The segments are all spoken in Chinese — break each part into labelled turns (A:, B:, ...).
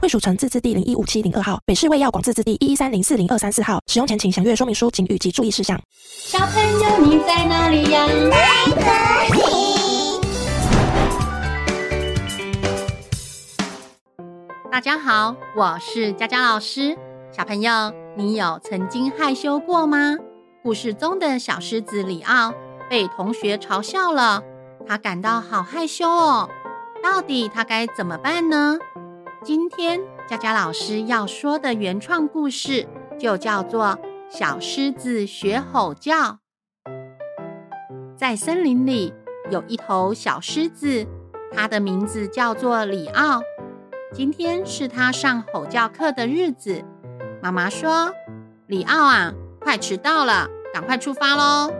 A: 惠蜀城自治地零一五七零二号，北市卫药广自治地一一三零四零二三四号。使用前请详阅说明书请及注意事项。
B: 小朋友，你在哪里呀？大家好，我是佳佳老师。小朋友，你有曾经害羞过吗？故事中的小狮子里奥被同学嘲笑了，他感到好害羞哦。到底他该怎么办呢？今天佳佳老师要说的原创故事就叫做《小狮子学吼叫》。在森林里有一头小狮子，它的名字叫做里奥。今天是它上吼叫课的日子。妈妈说：“里奥啊，快迟到了，赶快出发喽！”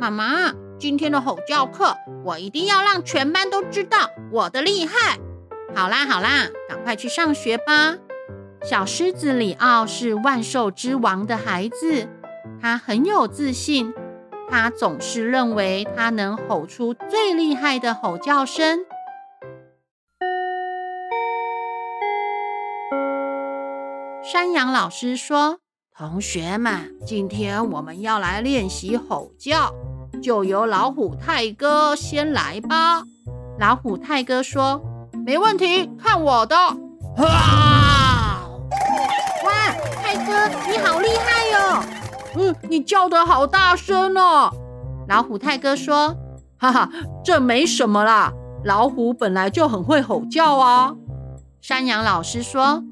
B: 妈妈，今天的吼叫课，我一定要让全班都知道我的厉害。好啦好啦，赶快去上学吧。小狮子里奥是万兽之王的孩子，他很有自信，他总是认为他能吼出最厉害的吼叫声。山羊老师说：“同学们，今天我们要来练习吼叫，就由老虎泰哥先来吧。”老虎泰哥说：“没问题，看我的！”啊！哇，泰哥，你好厉害哟、哦！嗯，你叫的好大声哦。老虎泰哥说：“哈哈，这没什么啦，老虎本来就很会吼叫啊。”山羊老师说：“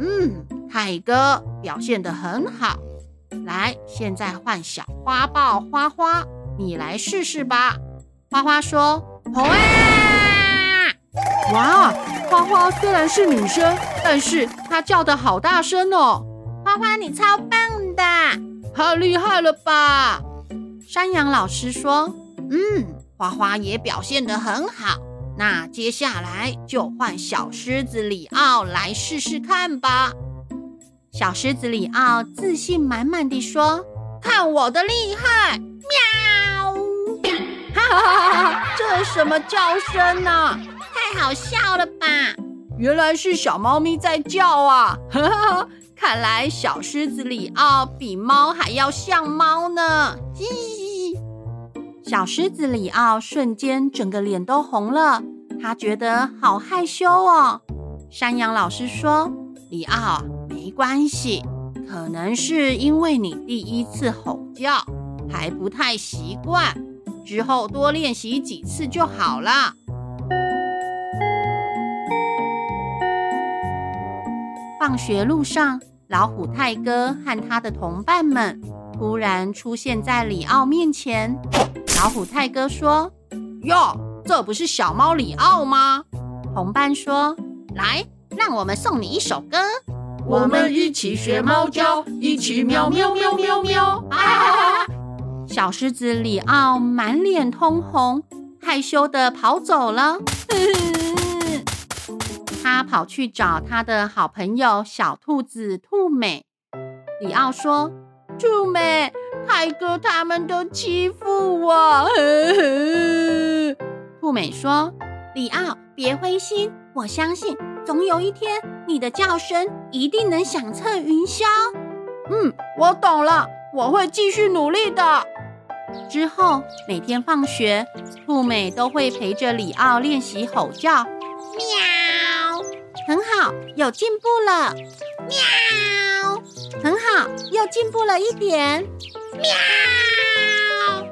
B: 嗯，泰哥表现得很好。来，现在换小花豹花花，你来试试吧。”花花说：“吼啊！”哇，花花虽然是女生，但是她叫的好大声哦！花花，你超棒的，太厉害了吧！山羊老师说：“嗯，花花也表现得很好。那接下来就换小狮子里奥来试试看吧。”小狮子里奥自信满满地说：“看我的厉害！”喵！ 哈哈哈哈哈！这什么叫声呢、太好笑了吧！原来是小猫咪在叫啊！ 哈哈，看来小狮子里奥比猫还要像猫呢。嘻嘻嘻。小狮子里奥瞬间整个脸都红了，他觉得好害羞哦。山羊老师说：“里奥，没关系，可能是因为你第一次吼叫还不太习惯，之后多练习几次就好啦。”放学路上，老虎泰哥和他的同伴们突然出现在里奥面前。老虎泰哥说：“哟，这不是小猫里奥吗？”同伴说：“来，让我们送你一首歌，
C: 我们一起学猫叫，一起喵喵喵喵喵。
B: 啊哈哈哈！ 小狮子里奥满脸通红，害羞的跑走了。 他跑去找他的好朋友小兔子兔美。里奥说：“兔美，泰哥他们都欺负我。 呵呵”兔美说：“里奥，别灰心，我相信总有一天你的叫声一定能响彻云霄。”嗯，我懂了，我会继续努力的。之后每天放学，兔美都会陪着里奥练习吼叫，喵，很好，有进步了，喵，很好，又进步了一点，喵。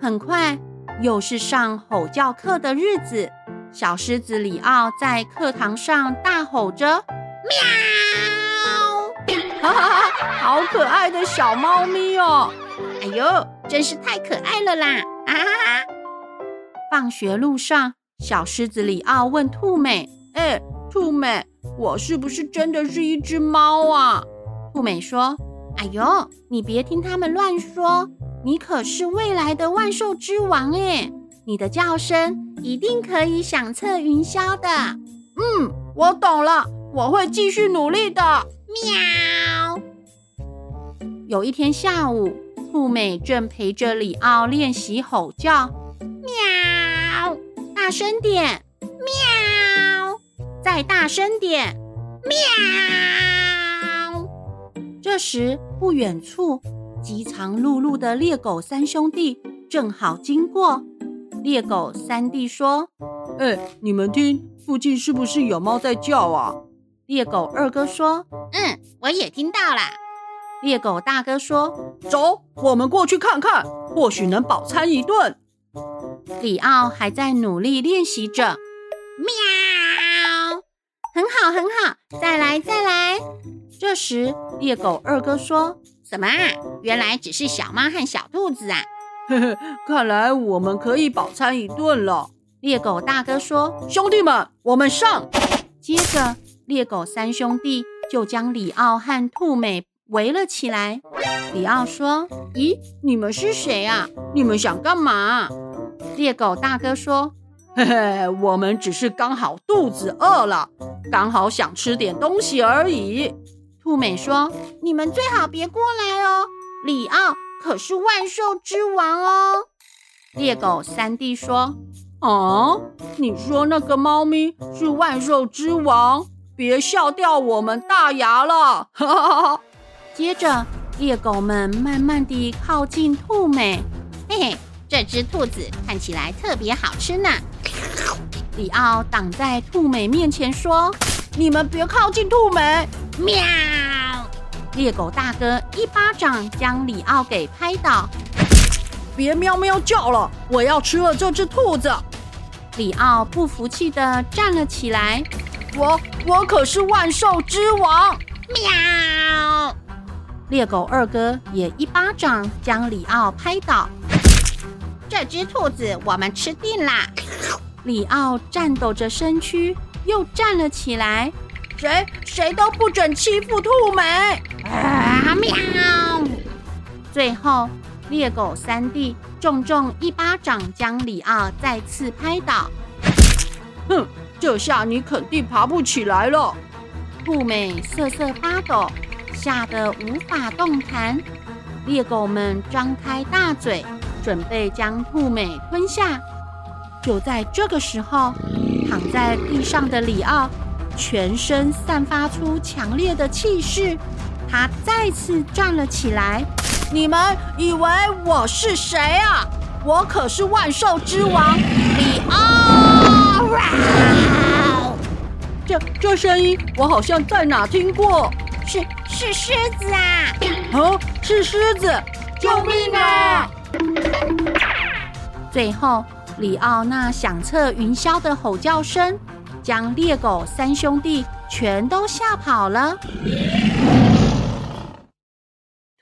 B: 很快又是上吼叫课的日子，小狮子里奥在课堂上大吼着，喵，哈哈哈，好可爱的小猫咪哦。哎呦，真是太可爱了啦！啊哈哈！放学路上，小狮子里奥问兔美：“哎，兔美，我是不是真的是一只猫啊？兔美说：“哎呦，你别听他们乱说，你可是未来的万兽之王哎！你的叫声一定可以响彻云霄的。”
C: 嗯，我懂了，我会继续努力的。
B: 喵。有一天下午，兔美正陪着里奥练习吼叫，喵，大声点，喵，再大声点，喵。这时，不远处饥肠辘辘的猎狗三兄弟正好经过。猎狗三弟说
C: 哎，你们听，附近是不是有猫在叫啊？：“
B: 猎狗二哥说，嗯，我也听到了。”猎狗大哥说，
C: 走，我们过去看看，或许能饱餐一顿。
B: 里奥还在努力练习着。喵，很好，很好，再来，再来。这时，猎狗二哥说：“什么啊？原来只是小猫和小兔子啊
C: 嘿嘿，看来我们可以饱餐一顿了。！”
B: 猎狗大哥说。
C: 兄弟们，我们上！
B: 接着，猎狗三兄弟就将里奥和兔美围了起来。里奥说：“咦，你们是谁啊？
C: 你们想干嘛？？”
B: 猎狗大哥说
C: 嘿嘿，我们只是刚好肚子饿了，刚好想吃点东西而已。：“
B: 兔美说，你们最好别过来哦，里奥可是万兽之王哦。猎狗三弟说哦
C: 啊，你说那个猫咪是万兽之王？别笑掉我们大牙了！哈哈哈哈。：“
B: 接着，猎狗们慢慢地靠近兔美，嘿嘿，这只兔子看起来特别好吃呢。”里奥挡在兔美面前说
C: 你们别靠近兔美！：“
B: 喵！”猎狗大哥一巴掌将里奥给拍倒，
C: 别喵喵叫了，我要吃了这只兔子！
B: 里奥不服气地站了起来，
C: 我我可是万兽之王！
B: 喵！猎狗二哥也一巴掌将里奥拍倒。这只兔子我们吃定啦！里奥颤抖着身躯又站了起来。
C: 谁谁都不准欺负兔美！
B: 啊喵！最后，猎狗三弟重重一巴掌将里奥再次拍倒。
C: 哼，这下你肯定爬不起来了。
B: 兔美瑟瑟发抖，吓得无法动弹。猎狗们张开大嘴，准备将兔美吞下。就在这个时候，躺在地上的里奥全身散发出强烈的气势，他再次站了起来。
C: 你们以为我是谁啊？我可是万兽之王里奥！这这声音我好像在哪听过。
B: 是是狮子啊！
C: 哦，是狮子！救命啊！
B: 最后，里奥那响彻云霄的吼叫声，将猎狗三兄弟全都吓跑了。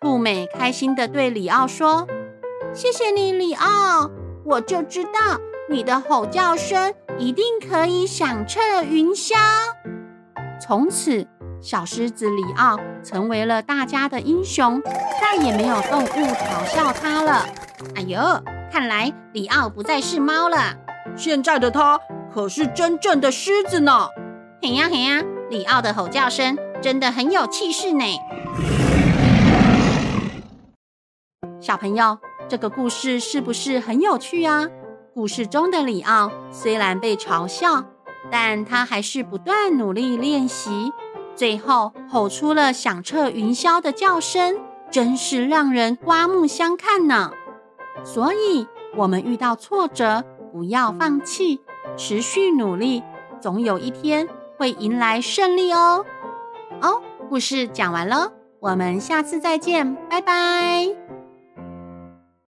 B: 兔美开心地对里奥说：“谢谢你，里奥，我就知道你的吼叫声一定可以响彻云霄。”从此，小狮子里奥成为了大家的英雄，再也没有动物嘲笑他了。哎呦，看来里奥不再是猫了。
C: 现在的他可是真正的狮子呢。
B: 嘿呀嘿呀，里奥的吼叫声真的很有气势呢。小朋友，这个故事是不是很有趣啊？故事中的里奥虽然被嘲笑，但他还是不断努力练习，最后吼出了响彻云霄的叫声，真是让人刮目相看呢。所以，我们遇到挫折不要放弃，持续努力，总有一天会迎来胜利哦。哦，故事讲完了，我们下次再见，拜拜。